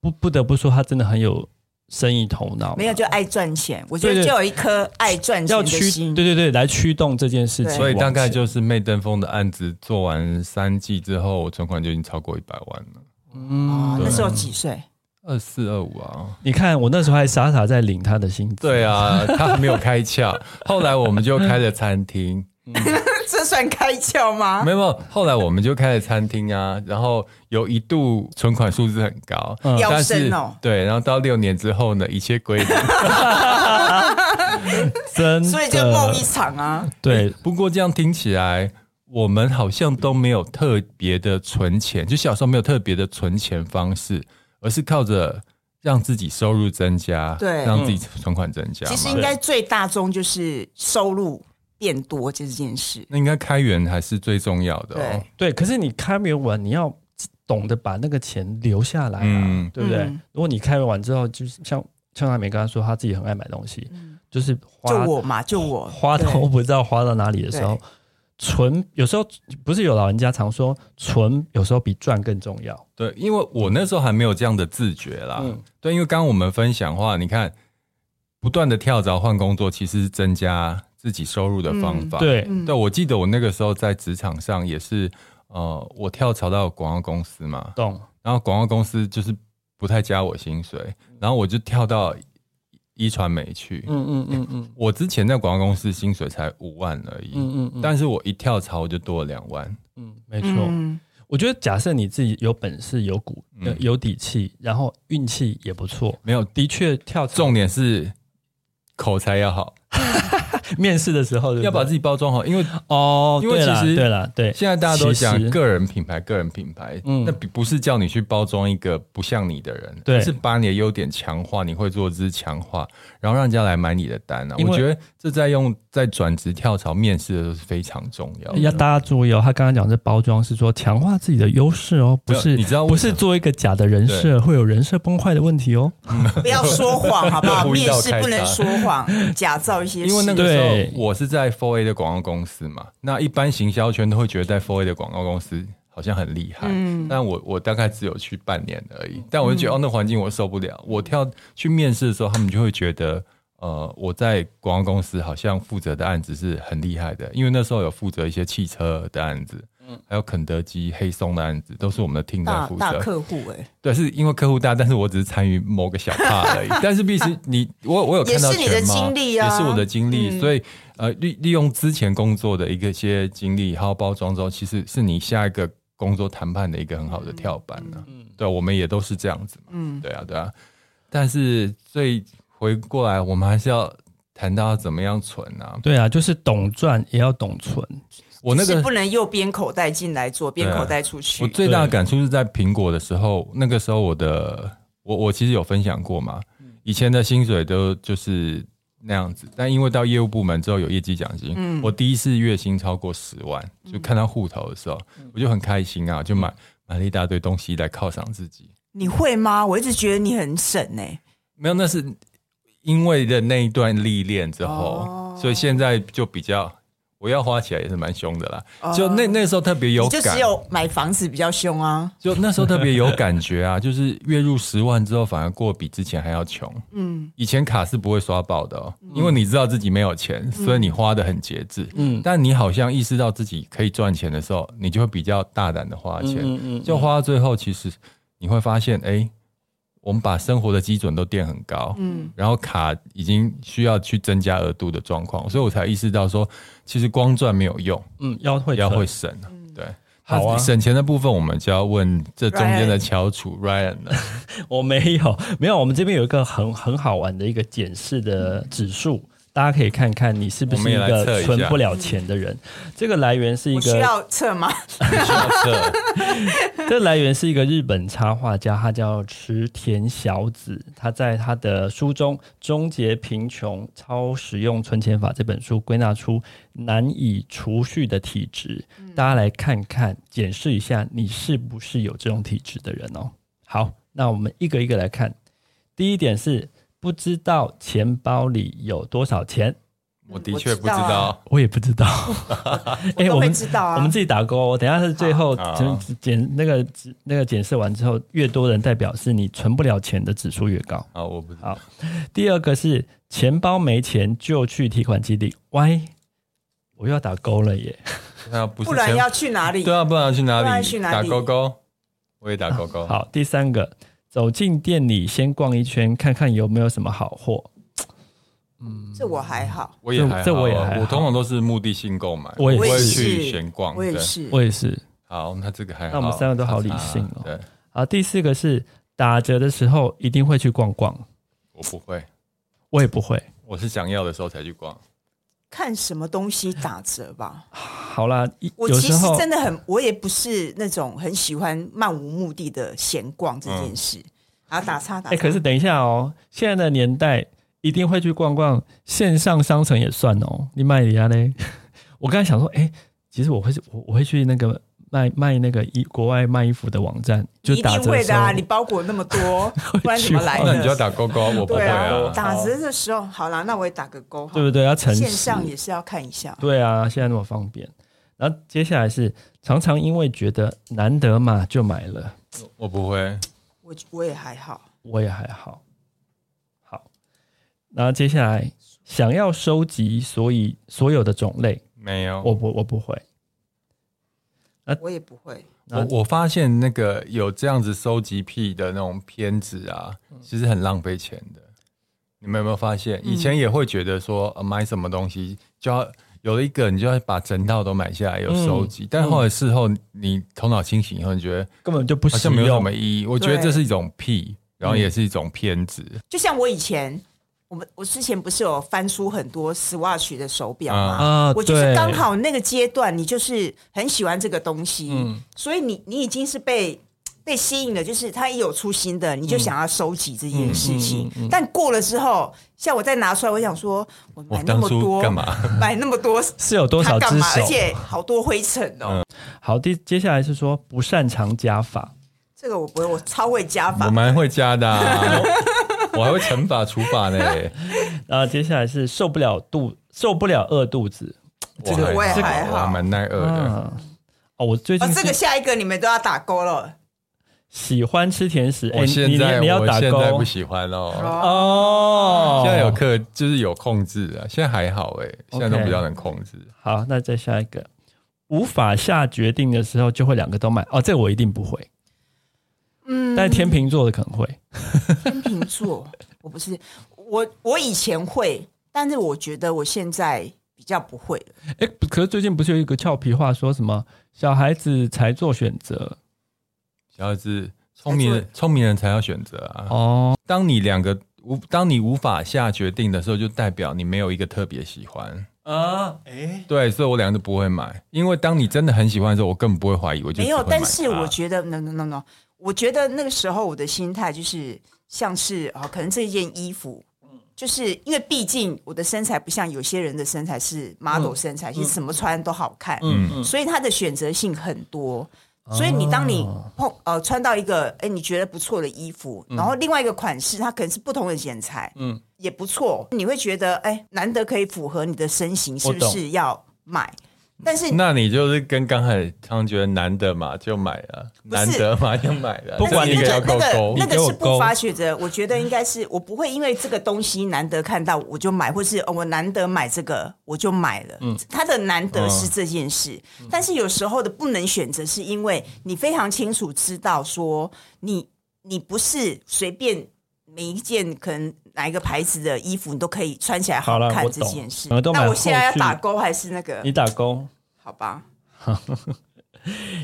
Speaker 2: 不不得不说，他真的很有生意头脑嘛，
Speaker 3: 没有就爱赚钱，我觉得
Speaker 2: 对
Speaker 3: 就
Speaker 2: 对
Speaker 3: 有一颗爱赚钱
Speaker 2: 要
Speaker 3: 的
Speaker 2: 驱，
Speaker 3: 心。
Speaker 2: 对对对，来驱动这件事情
Speaker 3: 对
Speaker 2: 往前，
Speaker 1: 所以大概就是媚登峰的案子做完三季之后，我存款就已经超过一百万了，
Speaker 3: 哦
Speaker 2: 嗯，
Speaker 3: 那时候几岁？
Speaker 1: 二四二五啊。
Speaker 2: 你看我那时候还傻傻在领他的薪资，
Speaker 1: 对啊，他还没有开窍。 后来我们就开了餐厅，
Speaker 3: 这算开窍 吗
Speaker 1: 没？有，没有后来我们就开了餐厅啊， 然后有一度存款数字很高，
Speaker 2: 嗯
Speaker 1: 但是
Speaker 3: 飙升哦
Speaker 1: 对，然后到六年之后呢，一切归零。
Speaker 2: 真的，
Speaker 3: 所以就梦一场啊！
Speaker 2: 对，
Speaker 1: 不过这样听起来，我们好像都没有特别的存钱，就小时候没有特别的存钱方式，而是靠着让自己收入增加，
Speaker 3: 对
Speaker 1: 让自己
Speaker 2: 嗯
Speaker 1: 存款增加嘛。
Speaker 3: 其实应该最大宗就是收入变多这件事。
Speaker 1: 那应该开源还是最重要的哦
Speaker 3: 对。
Speaker 2: 对，可是你开源完，你要懂得把那个钱留下来啊，
Speaker 1: 嗯
Speaker 2: 对不对？
Speaker 3: 嗯
Speaker 2: 如果你开源完之后，就是像像阿美刚刚说，他自己很爱买东西，就是
Speaker 3: 就
Speaker 2: 花
Speaker 3: 我嘛，就我
Speaker 2: 花都不知道花到哪里的时候
Speaker 3: 对，
Speaker 2: 存有时候不是有老人家常说，存有时候比赚更重要。
Speaker 1: 对，因为我那时候还没有这样的自觉啦。
Speaker 2: 嗯
Speaker 1: 对，因为刚刚我们分享的话，你看不断的跳槽换工作，其实是增加自己收入的方法。
Speaker 2: 对，
Speaker 3: 嗯
Speaker 1: 对，我记得我那个时候在职场上也是，呃，我跳槽到广告公司嘛，
Speaker 2: 懂。
Speaker 1: 然后广告公司就是不太加我薪水，然后我就跳到一传媒去。
Speaker 2: 嗯嗯嗯嗯
Speaker 1: 我之前在广告公司薪水才五万而已，
Speaker 2: 嗯嗯嗯，
Speaker 1: 但是我一跳槽我就多了两万。
Speaker 2: 嗯，没错。
Speaker 3: 嗯，
Speaker 2: 我觉得假设你自己有本事、有骨、
Speaker 1: 嗯
Speaker 2: 呃有底气，然后运气也不错，
Speaker 1: 没有，
Speaker 2: 的确跳槽
Speaker 1: 重点是口才要好，
Speaker 2: 面试的时候对不对
Speaker 1: 要把自己包装好，因为
Speaker 2: 哦，
Speaker 1: 因为
Speaker 2: 对啦
Speaker 1: 其实
Speaker 2: 对啦，对，
Speaker 1: 现在大家都
Speaker 2: 其
Speaker 1: 讲
Speaker 2: 实
Speaker 1: 个人品牌，个人品牌，
Speaker 2: 嗯
Speaker 1: 那比不是叫你去包装一个不像你的人，
Speaker 2: 对
Speaker 1: 而是把你的优点强化，你会做之强化，然后让人家来买你的单啊。
Speaker 2: 因为
Speaker 1: 我觉得这在用在转职、跳槽、面试的时候是非常重要的。
Speaker 2: 要大家注意哦，他刚刚讲这包装是说强化自己的优势哦，不
Speaker 1: 没
Speaker 2: 是
Speaker 1: 有你知道为
Speaker 2: 不是做一个假的人设，会有人设崩坏的问题哦。
Speaker 3: 不要说谎好不 好？
Speaker 1: 故意
Speaker 3: 面
Speaker 1: 要
Speaker 3: 试
Speaker 1: 开
Speaker 3: 不能
Speaker 1: 闸
Speaker 3: 说 谎，假造一些事。
Speaker 1: 因为那个时
Speaker 2: 对
Speaker 1: 候我是在 Four A 的广告公司嘛，那一般行销圈都会觉得在 Four A 的广告公司好像很厉害，
Speaker 3: 嗯
Speaker 1: 但我我大概只有去半年而已，但我就觉得、哦，那环境我受不了。我跳去面试的时候，他们就会觉得，呃，我在广告公司好像负责的案子是很厉害的，因为那时候有负责一些汽车的案子，还有肯德基、黑松的案子，都是我们的 team 在
Speaker 3: 嗯大
Speaker 1: 负
Speaker 3: 大
Speaker 1: 责。
Speaker 3: 客户哎、
Speaker 1: 对，是因为客户大，但是我只是参与某个小 part 而已。但是必须你我我有看到
Speaker 3: 也是你的
Speaker 1: 全貌
Speaker 3: 经历啊
Speaker 1: 也是我的经历，
Speaker 3: 嗯
Speaker 1: 所以呃利利用之前工作的一个些经历，还有包装之后，其实是你下一个工作谈判的一个很好的跳板呢、对，啊我们也都是这样子嘛。
Speaker 3: 嗯，
Speaker 1: 对啊，对啊。但是最回过来，我们还是要谈到怎么样存啊。
Speaker 2: 对啊，就是懂赚也要懂存，
Speaker 1: 我那
Speaker 3: 是
Speaker 1: 个
Speaker 3: 不能右边口袋进来，左边
Speaker 1: 对啊
Speaker 3: 口袋出去。
Speaker 1: 我最大的
Speaker 2: 对
Speaker 1: 感触是在苹果的时候，那个时候我的我我其实有分享过嘛，以前的薪水都就是那样子，但因为到业务部门之后有业绩奖金，
Speaker 3: 嗯
Speaker 1: 我第一次月薪超过十万，就看到户头的时候，我就很开心啊，就买买了一大堆东西来犒赏自己。
Speaker 3: 你会吗？我一直觉得你很省哎、
Speaker 1: 没有，那是因为的那一段历练之后，
Speaker 3: 哦
Speaker 1: 所以现在就比较。我要花起来也是蛮凶的啦，
Speaker 3: 哦
Speaker 1: 就那那时候特别有
Speaker 3: 你
Speaker 1: 感，
Speaker 3: 就只有买房子比较凶啊。
Speaker 1: 就那时候特别有感觉啊， 就是月入十万之后，反而过得比之前还要穷。
Speaker 3: 嗯，
Speaker 1: 以前卡是不会刷爆的哦，因为你知道自己没有钱，所以你花的很节制。嗯
Speaker 2: 嗯，
Speaker 1: 但你好像意识到自己可以赚钱的时候，你就会比较大胆的花钱。
Speaker 2: 嗯嗯嗯
Speaker 1: 就花到最后，其实你会发现，哎、我们把生活的基准都垫很高，嗯，然后卡已经需要去增加额度的状况，所以我才意识到说，其实光赚没有用，
Speaker 2: 嗯，要会
Speaker 1: 要
Speaker 2: 存
Speaker 1: 会省啊，
Speaker 3: 嗯
Speaker 1: 对。
Speaker 2: 好啊
Speaker 1: 省钱的部分我们就要问这中间的翘楚 Ryan 了。
Speaker 2: 我没有，没有。我们这边有一个很很好玩的一个检视的指数，大家可以看看你是不
Speaker 1: 我们
Speaker 2: 是
Speaker 1: 也
Speaker 2: 一
Speaker 1: 来测
Speaker 2: 个
Speaker 1: 一下
Speaker 2: 存不了钱的人。这个来源是一
Speaker 3: 我
Speaker 2: 个，
Speaker 3: 需要测吗？
Speaker 1: 啊
Speaker 2: 这来源是一个日本插画家，他叫池田小子。他在他的书中《终结贫穷：超实用存钱法》这本书归纳出难以储蓄的体质，大家来看看，检视一下你是不是有这种体质的人哦。好，那我们一个一个来看。第一点是不知道钱包里有多少钱，
Speaker 1: 我的确不知
Speaker 3: 我知道
Speaker 1: 道
Speaker 3: 啊，
Speaker 2: 我也不知道。 哎
Speaker 3: 都会知道啊。
Speaker 2: 我们自己打勾哦，我等一下是最后
Speaker 1: 好
Speaker 2: 检
Speaker 1: 好
Speaker 2: 检那个那个检视完之后，越多人代表是你存不了钱的指数越高。
Speaker 1: 啊，我不知道。
Speaker 2: 好，第二个是钱包没钱就去提款机领，喂，我又要打勾了耶！
Speaker 1: 那不是
Speaker 3: 不然
Speaker 1: 钱
Speaker 3: 要去哪里？
Speaker 1: 对啊，不然要去哪
Speaker 3: 不然
Speaker 1: 里？
Speaker 3: 去哪
Speaker 1: 打
Speaker 3: 里
Speaker 1: 勾勾，我也打勾勾。
Speaker 2: 好，第三个走进店里先逛一圈，看看有没有什么好货。
Speaker 3: 这我还好，
Speaker 1: 我也还好啊
Speaker 2: 这我也还好
Speaker 1: 我通常都是目的性购买，
Speaker 2: 我也
Speaker 1: 不会
Speaker 3: 是
Speaker 1: 去闲逛。
Speaker 3: 我也
Speaker 1: 对
Speaker 3: 是。
Speaker 2: 我也是。
Speaker 1: 好，那这个还好。啊
Speaker 2: 那我们三个都好理性哦
Speaker 1: 对，
Speaker 2: 好，第四个是打折的时候一定会去逛逛，
Speaker 1: 我不会，
Speaker 2: 我也不会。
Speaker 1: 我是想要的时候才去逛。
Speaker 3: 看什么东西打折 吧。
Speaker 2: 好啦，一
Speaker 3: 我
Speaker 2: 有
Speaker 3: 其
Speaker 2: 时
Speaker 3: 实
Speaker 2: 候
Speaker 3: 真的很，我也不是那种很喜欢漫无目的的闲逛这件事，然后打叉打
Speaker 2: 嗯哎、
Speaker 3: 叉。
Speaker 2: 可是等一下哦，现在的年代一定会去逛逛线上商城也算哦。你卖你啊嘞？ 我刚才想说，哎、其实我会我我会去那个卖卖那个衣国外卖衣服的网站，就
Speaker 3: 一
Speaker 2: 打
Speaker 3: 定
Speaker 2: 折的
Speaker 3: 会
Speaker 2: 时
Speaker 3: 的
Speaker 2: 候，
Speaker 3: 啊！你包裹那么 多，不然怎么来
Speaker 1: 那你就要
Speaker 3: 的？
Speaker 1: 打勾勾，我不会
Speaker 3: 哎对
Speaker 1: 啊。
Speaker 3: 打折的时候，好啦，那我也打个勾哈
Speaker 2: 对。不对？要诚实。
Speaker 3: 线上也是要看一下，
Speaker 2: 对啊，现在那么方便。然后接下来是常常因为觉得难得嘛就买了，
Speaker 1: 我不会。
Speaker 3: 我我也还好。
Speaker 2: 我也还好。好，然后接下来想要收集，所以所有的种类，
Speaker 1: 没有，
Speaker 2: 我不我不会。
Speaker 3: 我也不会，
Speaker 1: 我我发现那个有这样子收集癖的那种偏执啊，
Speaker 3: 嗯
Speaker 1: 其实很浪费钱的。你们有没有发现？以前也会觉得说、呃买什么东西就要有一个，你就要把整套都买下来，有收
Speaker 3: 嗯
Speaker 1: 集。但后来事后你头脑清醒以后，你觉得
Speaker 2: 根本就不
Speaker 1: 好
Speaker 2: 实
Speaker 1: 像没有什
Speaker 2: 用
Speaker 1: 么。意义。我觉得
Speaker 3: 对
Speaker 1: 这是一种癖，然后也是一种偏执。
Speaker 3: 就像我以前，我们我之前不是有翻出很多 Swatch 的手表吗？
Speaker 2: 啊
Speaker 3: 我就是
Speaker 2: 对
Speaker 3: 刚好那个阶段，你就是很喜欢这个东西，所以你你已经是被被吸引了，就是它一有出新的，你就想要收集这件事情。但过了之后，像我再拿出来，我想说，我
Speaker 1: 我
Speaker 3: 买那
Speaker 1: 当
Speaker 3: 么
Speaker 1: 初
Speaker 3: 多
Speaker 1: 干嘛？？
Speaker 3: 买那么多，
Speaker 2: 是有多
Speaker 3: 它
Speaker 2: 少
Speaker 3: 干
Speaker 2: 只
Speaker 3: 嘛？而
Speaker 2: 手？
Speaker 3: 且好多灰尘哦，
Speaker 2: 好，第接下来是说不擅长加法，
Speaker 3: 这个我不会，我超会加
Speaker 1: 我
Speaker 3: 法。
Speaker 1: 蛮会加的、 啊，我还会乘法除法呢。
Speaker 2: 然呃后接下来是受不了肚受不了饿肚子。
Speaker 3: 这个我也
Speaker 1: 还
Speaker 3: 还
Speaker 1: 我
Speaker 3: 好
Speaker 1: 还蛮耐饿的。
Speaker 2: 嗯，哦，我最
Speaker 3: 哦
Speaker 2: 近，
Speaker 3: 这个
Speaker 2: 是
Speaker 3: 下一个你们都要打勾了。
Speaker 2: 喜欢吃甜食，哎、
Speaker 1: 我现
Speaker 2: 你
Speaker 1: 在
Speaker 2: 你你要
Speaker 1: 我
Speaker 2: 打
Speaker 1: 现在
Speaker 2: 勾
Speaker 1: 不喜欢哦。
Speaker 3: 哦，
Speaker 2: 哦。
Speaker 1: 现在有克欸就是有控制啊，现在还好哎、现在都比较能控制。
Speaker 2: 好，那再下一个无法下决定的时候，就会两个都买。哦，这个我一定不会。嗯，但是天秤座的可能会。
Speaker 3: 天秤座，我不是我，我以前会，但是我觉得我现在比较不会了。
Speaker 2: 哎，不可是最近不是有一个俏皮话说什么小孩子才做选择
Speaker 1: 小孩子聪明人，聪明人才要选择啊。
Speaker 2: 哦？
Speaker 1: 当你两个无，当你无法下决定的时候，就代表你没有一个特别喜欢。
Speaker 2: 啊，哎，
Speaker 1: 对，所以我两个都不会买，因为当你真的很喜欢的时候，我根本不会怀疑，我就
Speaker 3: 没有，
Speaker 1: 只会
Speaker 3: 但
Speaker 1: 买
Speaker 3: 是
Speaker 1: 它
Speaker 3: 我觉得 no no no no，我觉得那个时候我的心态就是像是啊、哦可能这件衣服，
Speaker 2: 嗯
Speaker 3: 就是因为毕竟我的身材不像有些人的身材是 model 身材，其实怎么穿都好看，
Speaker 2: 嗯嗯
Speaker 3: 所以它的选择性很多。
Speaker 1: 哦
Speaker 3: 所以你当你碰呃穿到一个哎你觉得不错的衣服，然后另外一个款式它可能是不同的剪裁，
Speaker 2: 嗯
Speaker 3: 嗯，也不错，你会觉得哎难得可以符合你的身形，是
Speaker 2: 我
Speaker 3: 不
Speaker 2: 懂
Speaker 3: 是要买？但是
Speaker 1: 那你就是跟刚才常觉得难的嘛，就买了；
Speaker 3: 不
Speaker 1: 难
Speaker 3: 是
Speaker 1: 得嘛，就买了。
Speaker 2: 不管
Speaker 1: 这是
Speaker 3: 但
Speaker 1: 一
Speaker 3: 是那
Speaker 1: 要
Speaker 3: 个
Speaker 1: 扣
Speaker 3: 那
Speaker 1: 勾
Speaker 3: 个，那
Speaker 2: 你给
Speaker 3: 个
Speaker 2: 我
Speaker 3: 是
Speaker 2: 勾
Speaker 3: 不发觉的，我觉得应该是我不会因为这个东西难得看到我就买，或是、哦、我难得买这个我就买了。嗯，它的难得是这件事，但是有时候的不能选择，是因为你非常清楚知道说你你不是随便每一件可能哪一个牌子的衣服你都可以穿起来
Speaker 2: 好了
Speaker 3: 看
Speaker 2: 我
Speaker 3: 这
Speaker 2: 懂
Speaker 3: 件事。
Speaker 2: 我都买
Speaker 3: 那我现在要
Speaker 2: 后续
Speaker 3: 打勾还是那个
Speaker 2: 你？打勾，
Speaker 3: 好吧，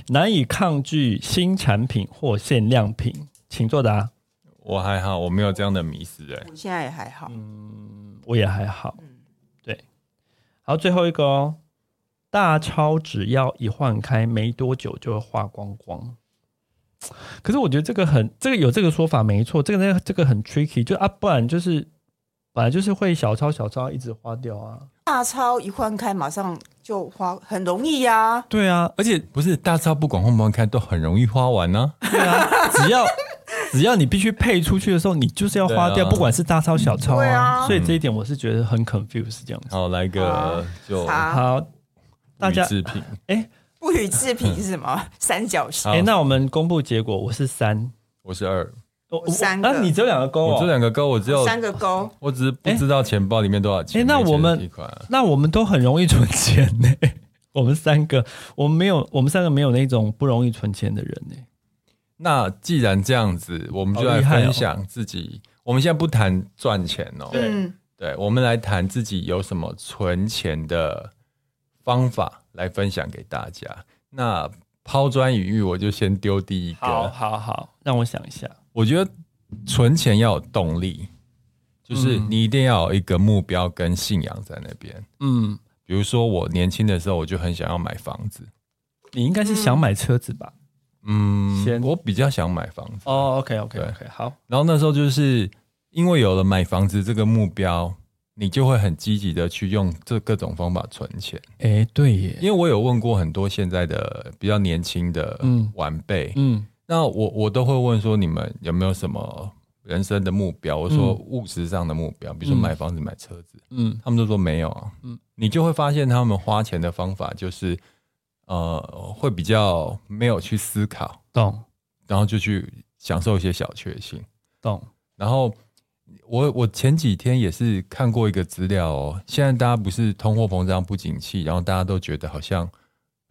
Speaker 2: 难以抗拒新产品或限量品，请作答。
Speaker 1: 我还好，我没有这样的迷失哎、
Speaker 3: 我现在也还好。
Speaker 2: 嗯我也还好，
Speaker 3: 嗯
Speaker 2: 对。好，最后一个哦，大钞只要一换开，没多久就会花光光。可是我觉得这个很，这个有这个说法没错，这个呢，这个很 tricky，就啊，不然就是本来就是会小钞小钞一直花掉啊。
Speaker 3: 大钞一换开，马上就花，很容易呀、
Speaker 2: 对啊，
Speaker 1: 而且不是大招不管换不换开都很容易花完呢、
Speaker 2: 对啊，只要 只要你必须配出去的时候，你就是要花掉，
Speaker 1: 对啊
Speaker 2: 不管是大钞小钞
Speaker 3: 对
Speaker 2: 啊。
Speaker 3: 啊
Speaker 2: 所以这一点我是觉得很 confused 这样子。
Speaker 1: 好，来个
Speaker 3: 啊
Speaker 1: 就
Speaker 3: 好
Speaker 2: 好，大家
Speaker 1: 乳制品，
Speaker 3: 不予置评是什么？三角形
Speaker 1: 好
Speaker 2: 哎、那我们公布结果，我是三，
Speaker 1: 我是二，
Speaker 2: 我我
Speaker 3: 三个
Speaker 2: 啊、你只有两个勾
Speaker 1: 我这
Speaker 2: 哦。
Speaker 1: 两个勾我只有，
Speaker 3: 三个勾，
Speaker 1: 我只是不知道钱包里面多少钱。
Speaker 2: 哎那我们
Speaker 1: 没钱的提款啊
Speaker 2: 那我们都很容易存钱呢、 我们三个，我们没有，我们三个没有那种不容易存钱的人呢、
Speaker 1: 那既然这样子，我们就
Speaker 2: 好
Speaker 1: 来
Speaker 2: 厉害哦哦
Speaker 1: 分享自己。我们现在不谈赚钱哦，
Speaker 2: 对
Speaker 3: 嗯，
Speaker 1: 对，我们来谈自己有什么存钱的方法来分享给大家。那抛砖引玉，我就先丢第一个。
Speaker 2: 好好，让我想一下。
Speaker 1: 我觉得存钱要有动力，就是你一定要有一个目标跟信仰在那边。
Speaker 2: 嗯，
Speaker 1: 比如说，我年轻的时候，我就很想要买房子。
Speaker 2: 你应该是想买车子吧？
Speaker 1: 嗯
Speaker 2: 先，
Speaker 1: 我比较想买房子。
Speaker 2: 哦，OK，OK，OK，、
Speaker 1: 对
Speaker 2: o k 好，
Speaker 1: 然后那时候就是因为有了买房子这个目标，你就会很积极的去用这各种方法存钱。
Speaker 2: 哎、对耶，
Speaker 1: 因为我有问过很多现在的比较年轻的
Speaker 2: 嗯
Speaker 1: 晚辈，
Speaker 2: 嗯
Speaker 1: 那我我都会问说你们有没有什么人生的目标？我说物质上的目标，比如说
Speaker 2: 嗯
Speaker 1: 买房子、买车子，
Speaker 2: 嗯，
Speaker 1: 他们都说没有啊。
Speaker 2: 嗯
Speaker 1: 你就会发现他们花钱的方法就是，呃，会比较没有去思考，
Speaker 2: 懂
Speaker 1: 然后就去享受一些小确幸。
Speaker 2: 懂，
Speaker 1: 然后我我前几天也是看过一个资料哦，现在大家不是通货膨胀不景气，然后大家都觉得好像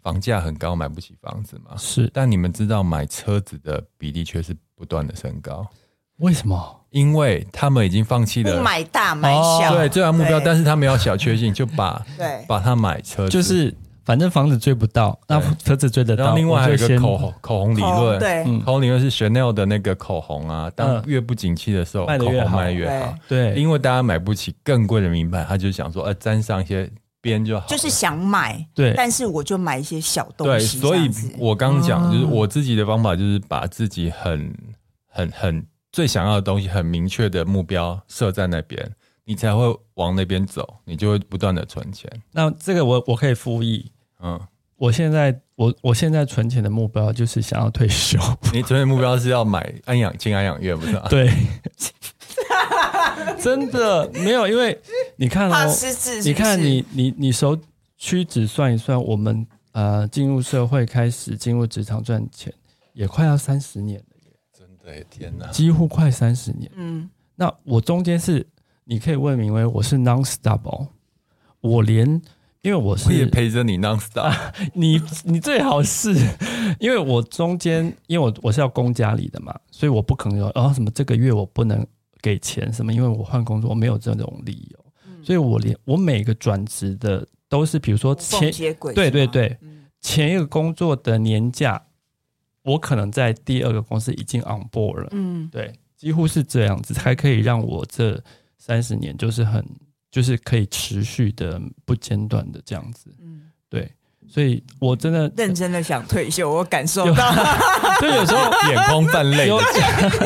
Speaker 1: 房价很高，买不起房子嘛。
Speaker 2: 是
Speaker 1: 但你们知道买车子的比例却是不断的升高，
Speaker 2: 为什么？
Speaker 1: 因为他们已经放弃
Speaker 3: 不
Speaker 1: 了哦
Speaker 3: 买大买小，
Speaker 1: 对最大目标，
Speaker 3: 对
Speaker 1: 但是他们要小确幸，就 把
Speaker 3: 对
Speaker 1: 把它买车子，
Speaker 2: 就是反正房子追不到，那
Speaker 1: 对
Speaker 2: 车子追得到，
Speaker 1: 然后另外还有一
Speaker 2: 我
Speaker 1: 个
Speaker 2: 就先
Speaker 1: 口红口红理论，嗯
Speaker 3: 哦对
Speaker 1: 口红理论是 Chanel 的那个口红啊，当
Speaker 2: 嗯
Speaker 1: 越不景气的时候，
Speaker 2: 卖得
Speaker 1: 口
Speaker 2: 越
Speaker 1: 红
Speaker 2: 好
Speaker 1: 卖得越好
Speaker 3: 对。
Speaker 2: 对，
Speaker 1: 因为大家买不起更贵的名牌，他就想说，呃，沾上一些边就好了。
Speaker 3: 就是想买，
Speaker 2: 对
Speaker 3: 但是我就买一些小东
Speaker 1: 对，
Speaker 3: 西，
Speaker 1: 所
Speaker 3: 这
Speaker 1: 以
Speaker 3: 样子
Speaker 1: 我刚讲，
Speaker 2: 啊
Speaker 1: 就是我自己的方法，就是把自己很、很、很最想要的东西，很明确的目标设在那边，你才会往那边走，你就会不断的存钱。
Speaker 2: 那这个我我可以复议。
Speaker 1: 嗯，
Speaker 2: 我现在我我现在存钱的目标就是想要退休，
Speaker 1: 你存钱目标是要买安养进安养院，不是、啊？
Speaker 2: 对， 真的没有，因为你看
Speaker 3: 怕
Speaker 2: 哦，
Speaker 3: 失智是不是，
Speaker 2: 你看你你你手屈指算一算，我们呃进入社会开始进入职场赚钱，也快要三十年了，
Speaker 1: 真的耶，天哪！
Speaker 2: 几乎快三十年。
Speaker 3: 嗯，
Speaker 2: 那我中间是，你可以问明威，我是 non stop，、哦、我连因为我是
Speaker 1: 我也陪着你 non stop，
Speaker 2: 你你最好是，因为我中间，因为我我是要供家里的嘛，所以我不可能有哦什么这个月我不能给钱什么，因为我换工作，我没有这种理由，
Speaker 3: 嗯
Speaker 2: 所以我连我每个转职的都是，比如说前
Speaker 3: 缝接轨，
Speaker 2: 对对对
Speaker 3: 嗯，
Speaker 2: 前一个工作的年假，我可能在第二个公司已经 on board 了，
Speaker 3: 嗯，
Speaker 2: 对，几乎是这样子才可以让我这三十年就是很就是可以持续的不间断的这样子，
Speaker 3: 嗯
Speaker 2: 对，所以我真的
Speaker 3: 认真的想退休，我感受到，
Speaker 2: 就 有时候
Speaker 1: 眼眶泛泪
Speaker 2: 有
Speaker 1: 的。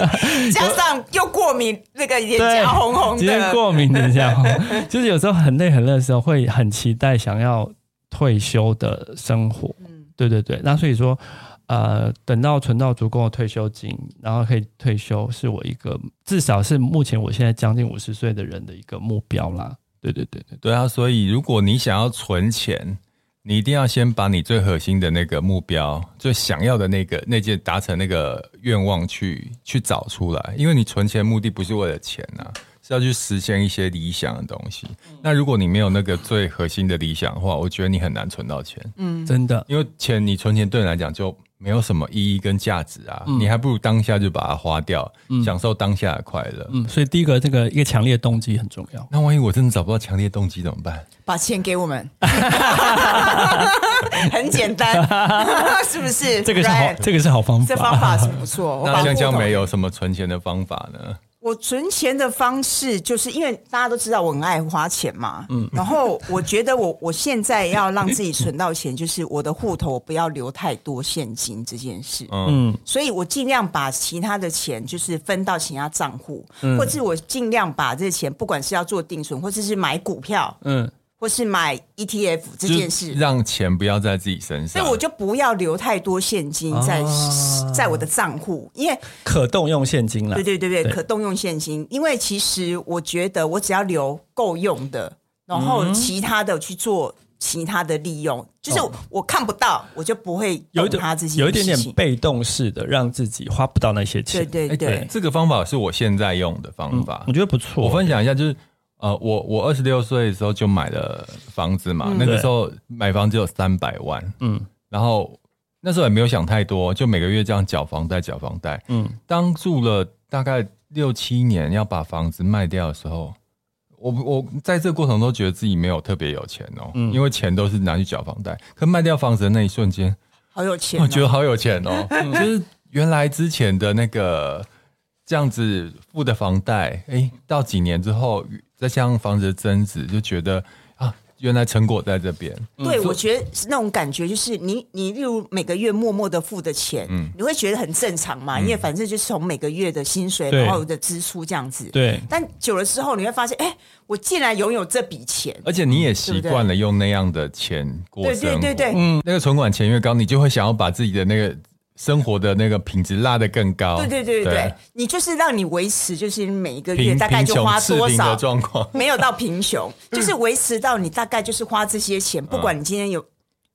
Speaker 3: 加上又过敏，那个脸
Speaker 2: 对
Speaker 3: 颊红红
Speaker 2: 今天
Speaker 3: 的，
Speaker 2: 过敏等一下哦， 就是有时候很累很累的时候，会很期待想要退休的生活。
Speaker 3: 嗯
Speaker 2: 对对对，那所以说，呃，等到存到足够的退休金，然后可以退休，是我一个至少是目前我现在将近五十岁的人的一个目标啦。对对对对，
Speaker 1: 对啊，所以如果你想要存钱，你一定要先把你最核心的那个目标、最想要的那个那件达成那个愿望去去找出来，因为你存钱目的不是为了钱呐、是要去实现一些理想的东西。
Speaker 2: 嗯
Speaker 1: 那如果你没有那个最核心的理想的话，我觉得你很难存到钱，
Speaker 3: 嗯，
Speaker 2: 真的，
Speaker 1: 因为钱你存钱对你来讲就没有什么意义跟价值啊，你还不如当下就把它花掉，享受当下的快乐。
Speaker 2: 嗯，所以第一个这个一个强烈的动机很重要。
Speaker 1: 那万一我真的找不到强烈动机怎么办？
Speaker 3: 把钱给我们，很简单，是不是？
Speaker 2: 这个是好
Speaker 3: Ryan，，
Speaker 2: 这个是好方法。
Speaker 3: 这方法是哦不错。我把
Speaker 1: 那香香
Speaker 3: 户头
Speaker 1: 没有什么存钱的方法呢？
Speaker 3: 我存钱的方式，就是因为大家都知道我很爱花钱嘛，嗯，然后我觉得我我现在要让自己存到钱，就是我的户头不要留太多现金这件事，
Speaker 1: 嗯
Speaker 3: 所以我尽量把其他的钱就是分到其他账户，
Speaker 1: 嗯
Speaker 3: 或是我尽量把这钱，不管是要做定存，或者是买股票，
Speaker 2: 嗯，
Speaker 3: 或是买 ETF 这件事
Speaker 1: 就，让钱不要在自己身
Speaker 3: 所
Speaker 1: 上。
Speaker 3: 以我就不要留太多现金在、
Speaker 2: 啊
Speaker 3: 在我的账户，因为
Speaker 2: 可动用现金啦。
Speaker 3: 对对对对，
Speaker 2: 对
Speaker 3: 可动用现金，因为其实我觉得我只要留够用的，
Speaker 2: 嗯
Speaker 3: 然后其他的去做其他的利用，就是
Speaker 2: 哦
Speaker 3: 我看不到，我就不会
Speaker 2: 有
Speaker 3: 用
Speaker 2: 一点
Speaker 3: 它这些
Speaker 2: 有一点
Speaker 3: 事情
Speaker 2: 点被动式的，让自己花不到那些钱。
Speaker 3: 对对
Speaker 1: 哎
Speaker 3: 对，
Speaker 1: 这个方法是我现在用的方
Speaker 3: 嗯
Speaker 1: 法。
Speaker 2: 我觉得不错。
Speaker 1: 我分享一下，就是呃，我我二十六岁的时候就买了房子嘛，那个时候买房只有三百万，嗯，然后那时候也没有想太多，就每个月这样缴房贷缴房贷，嗯，当住了大概六七年要把房子卖掉的时候。我我在这过程都觉得自己没有特别有钱哦，因为钱都是拿去缴房贷。可卖掉房子的那一瞬间，
Speaker 3: 好有钱、
Speaker 1: 我觉
Speaker 3: 哦。
Speaker 1: 得好有钱 哦，就是原来之前的那个这样子付的房贷，哎，到几年之后再加上房子的增值，就觉得啊，原来成果在这边。
Speaker 2: 嗯
Speaker 3: 对，我觉得是那种感觉就是你，你例如每个月默默的付的钱，
Speaker 2: 嗯
Speaker 3: 你会觉得很正常嘛，因为反正就是从每个月的薪水，
Speaker 2: 对
Speaker 3: 然后的支出这样子。
Speaker 2: 对
Speaker 3: 但久了之后，你会发现，哎、我竟然拥有这笔钱，
Speaker 1: 而且你也习
Speaker 3: 对不对
Speaker 1: 惯了用那样的钱过
Speaker 3: 对
Speaker 1: 生活，嗯
Speaker 3: 对对对，
Speaker 1: 那个存款钱越高，你就会想要把自己的那个生活的那个品质拉得更高。
Speaker 3: 对对对对对，你就是让你维持，就是每一个月
Speaker 1: 贫
Speaker 3: 大概
Speaker 1: 贫
Speaker 3: 就
Speaker 1: 穷
Speaker 3: 花
Speaker 1: 赤
Speaker 3: 多
Speaker 1: 贫
Speaker 3: 少
Speaker 1: 的，状况。
Speaker 3: 没有到 贫穷，就是维持到你大概就是花这些
Speaker 1: 嗯
Speaker 3: 钱，不管你今天有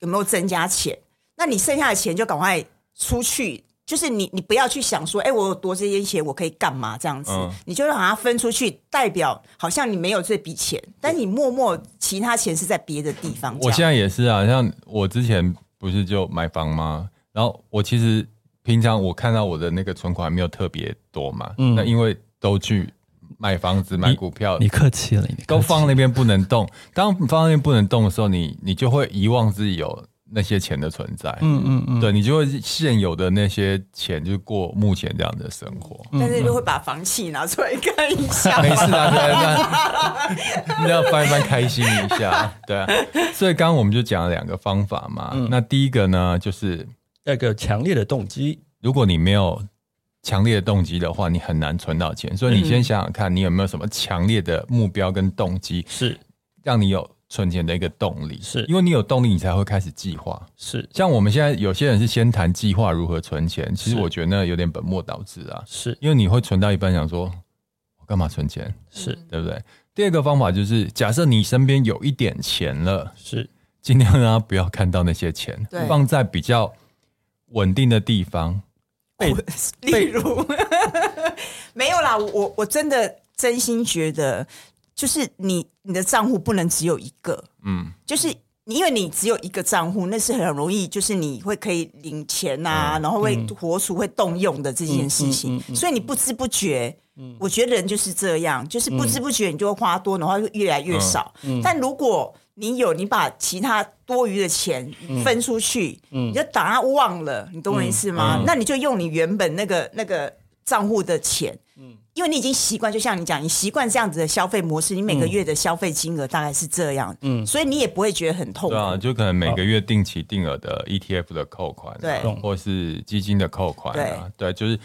Speaker 3: 有没有增加钱，那你剩下的钱就赶快出去。就是你，你不要去想说，哎、我有多这些钱，我可以干嘛这样子？
Speaker 1: 嗯
Speaker 3: 你就把它分出去，代表好像你没有这笔钱，但你默默其他钱是在别的地方。
Speaker 1: 我现
Speaker 3: 在
Speaker 1: 在也是啊，像我之前不是就买房吗？然后我其实平常我看到我的那个存款没有特别多嘛，那因为都去买房子、买股票，
Speaker 2: 嗯你客气了，你客气
Speaker 1: 都放那边不能动。当放那边不能动的时候，你你就会遗忘自己有那些钱的存在。嗯嗯嗯，对你就会现有的那些钱就过目前这样的生活。
Speaker 3: 但是就会把房契拿出来看一 下。
Speaker 1: 没事啊，对啊，那那要翻一翻开心一下，对啊。所以刚刚我们就讲了两个方法嘛。那第一个呢，就是
Speaker 2: 要一个强烈的动机。
Speaker 1: 如果你没有强烈的动机的话，你很难存到钱。所以你先想想看，你有没有什么强烈的目标跟动机，
Speaker 2: 是
Speaker 1: 让你有存钱的一个动力？
Speaker 2: 是
Speaker 1: 因为你有动力，你才会开始计划。
Speaker 2: 是
Speaker 1: 像我们现在有些人是先谈计划如何存钱，其实
Speaker 2: 是
Speaker 1: 我觉得那有点本末倒置啊，
Speaker 2: 是
Speaker 1: 因为你会存到一半想说，我干嘛存钱？
Speaker 2: 是
Speaker 1: 对不对？第二个方法就是，假设你身边有一点钱了，
Speaker 2: 是
Speaker 1: 尽量让他不要看到那些钱
Speaker 3: 对，
Speaker 1: 放在比较稳定的地方。
Speaker 3: 例如，没有啦，我我真的真心觉得，就是你你的账户不能只有一个，
Speaker 1: 嗯，
Speaker 3: 就是你因为你只有一个账户，那是很容易，就是你会可以领钱啊，然后会活储、会动用的这件事情，所以你不知不觉。我觉得人就是这样，就是不知不觉你就会花多，然后就越来越少。但如果你有你把其他多余的钱分出去，你就把它忘了，你懂我意思吗？那你就用你原本那个那个账户的钱，因为你已经习惯，就像你讲，你习惯这样子的消费模式，你每个月的消费金额大概是这样，嗯，所以你也不会觉得很
Speaker 2: 哦
Speaker 3: 痛苦。
Speaker 1: 对啊，就可能每个月定期定额的 ETF 的扣款、啊，
Speaker 3: 对
Speaker 1: 或是基金的扣款啊，对，就是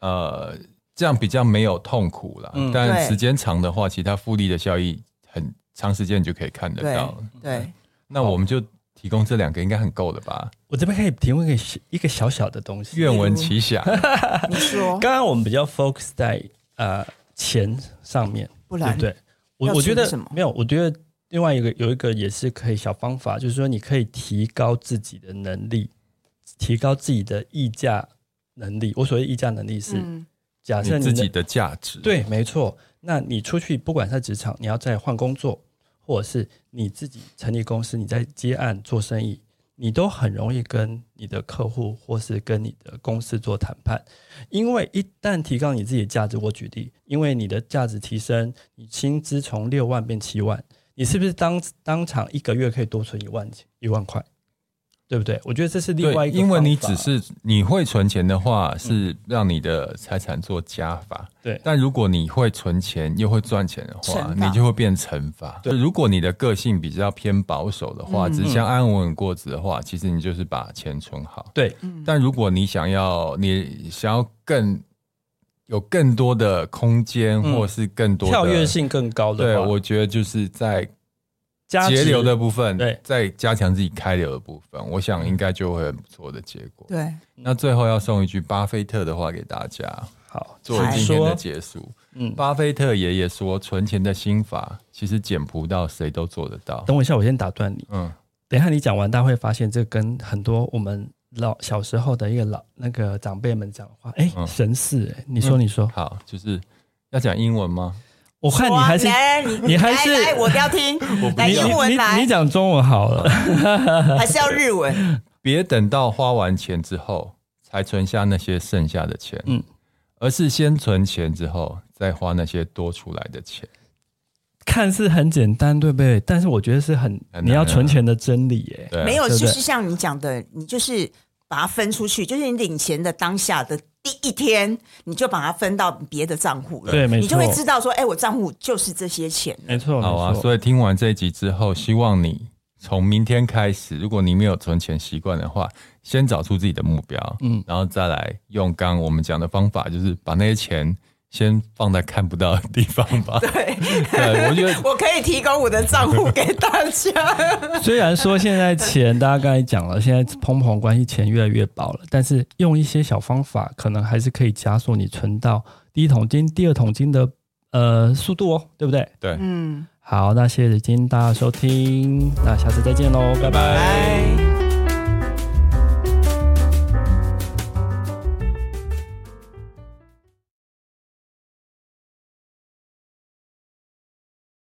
Speaker 1: 呃，这样比较没有痛苦啦。
Speaker 2: 嗯
Speaker 1: 但
Speaker 3: 对
Speaker 1: 时间长的话，其他复利的效益很长时间你就可以看得
Speaker 3: 对
Speaker 1: 到。
Speaker 3: 对，
Speaker 1: 那我们就提供这两个应该很够了吧？
Speaker 2: 我这边可以提供一个小一个小小的东西。
Speaker 1: 愿闻其详。
Speaker 3: 你说
Speaker 2: 刚刚我们比较 focus 在呃钱上面，
Speaker 3: 不
Speaker 2: 对
Speaker 3: 然
Speaker 2: 不对？我
Speaker 3: 要
Speaker 2: 我觉得
Speaker 3: 存什么
Speaker 2: 没有，我觉得另外一个有一个也是可以小方法，就是说你可以提高自己的能力，提高自己的议价能力。我所谓议价能力是，
Speaker 3: 嗯
Speaker 2: 假
Speaker 1: 你
Speaker 2: 设你
Speaker 1: 自
Speaker 2: 能
Speaker 1: 己的价值，，
Speaker 2: 对，没错。那你出去，不管在职场，你要在换工作，或者是你自己成立公司，你在接案做生意，你都很容易跟你的客户或是跟你的公司做谈判，因为一旦提高你自己的价值，我举例，因为你的价值提升，你薪资从六万变七万，你是不是当当场一个月可以多存一万一万块？对不对？我觉得这是另外一个方
Speaker 1: 因
Speaker 2: 法，嗯
Speaker 1: 为你只是你会存钱的话，是让你的财产做加法。
Speaker 2: 对
Speaker 1: 但如果你会存钱又会赚钱的话，
Speaker 3: 乘法
Speaker 1: 你就会变乘法。
Speaker 2: 对嗯
Speaker 1: 如果你的个性比较偏保守的话，只想安稳过子的话，其实你就是把钱存好。
Speaker 2: 对，
Speaker 1: 但如果你想要，你想要更有更多的空间，
Speaker 2: 嗯
Speaker 1: 或是更多的
Speaker 2: 跳跃，性更高的
Speaker 1: 对
Speaker 2: 话，
Speaker 1: 我觉得就是在
Speaker 2: 加
Speaker 1: 节
Speaker 2: 值
Speaker 1: 流的部分，
Speaker 2: 对
Speaker 1: 再加强自己开流的部分，我想应该就会很不错的结果。
Speaker 3: 对，
Speaker 1: 那最后要送一句巴菲特的话给大家，
Speaker 2: 好，
Speaker 1: 作为
Speaker 3: 请
Speaker 1: 今天的
Speaker 2: 说
Speaker 1: 结束。
Speaker 2: 嗯，
Speaker 1: 巴菲特爷爷说，存钱的心法其实简朴到谁都做得到。
Speaker 2: 等我一下，我先打断你。
Speaker 1: 嗯，
Speaker 2: 等一下你讲完，大家会发现这跟很多我们老小时候的一个老那个长辈们讲的话，哎、
Speaker 1: 嗯
Speaker 2: 神似、哎，你说
Speaker 1: 嗯
Speaker 2: 你说，
Speaker 1: 好，就是要讲英文吗？
Speaker 2: 我看你
Speaker 3: 哇
Speaker 2: 还是
Speaker 3: 来来你
Speaker 2: 你还是
Speaker 3: 来来我要 听，来
Speaker 2: 你
Speaker 3: 英文
Speaker 2: 你你
Speaker 3: 来
Speaker 2: 你，讲中文 好了，
Speaker 3: 还是要日文？
Speaker 1: 别等到花完钱之后才存下那些剩下的钱，
Speaker 2: 嗯
Speaker 1: 而是先存钱之后再花那些多出来的钱。
Speaker 2: 看似很简单，对不对？但是我觉得是很
Speaker 1: 很难啊
Speaker 2: 你要存钱的真理、哎，
Speaker 1: 对，
Speaker 3: 没有，
Speaker 2: 对
Speaker 3: 就
Speaker 2: 不对
Speaker 3: 是像你讲的，你就是把它分出去，就是你领钱的当下的第一天，你就把它分到别的账户了，
Speaker 2: 对没错
Speaker 3: 你就会知道说，哎，我账户就是这些钱了。
Speaker 2: 没错，
Speaker 1: 好啊，
Speaker 2: 没错，
Speaker 1: 所以听完这一集之后，希望你从明天开始，如果你没有存钱习惯的话，先找出自己的目标，嗯
Speaker 2: 嗯，
Speaker 1: 然后再来用刚刚我们讲的方法，就是把那些钱先放在看不到的地方吧。
Speaker 3: 对，
Speaker 1: 对，我觉得
Speaker 3: 我可以提供我的账户给大家。
Speaker 2: 虽然说现在钱大家刚才讲了，现在通膨关系钱越来越薄了，但是用一些小方法，可能还是可以加速你存到第一桶金、第二桶金的呃速度哦，对不对？
Speaker 1: 对。
Speaker 3: 嗯，
Speaker 2: 好，那谢谢今天大家的收听，那下次再见喽，拜拜
Speaker 3: 拜。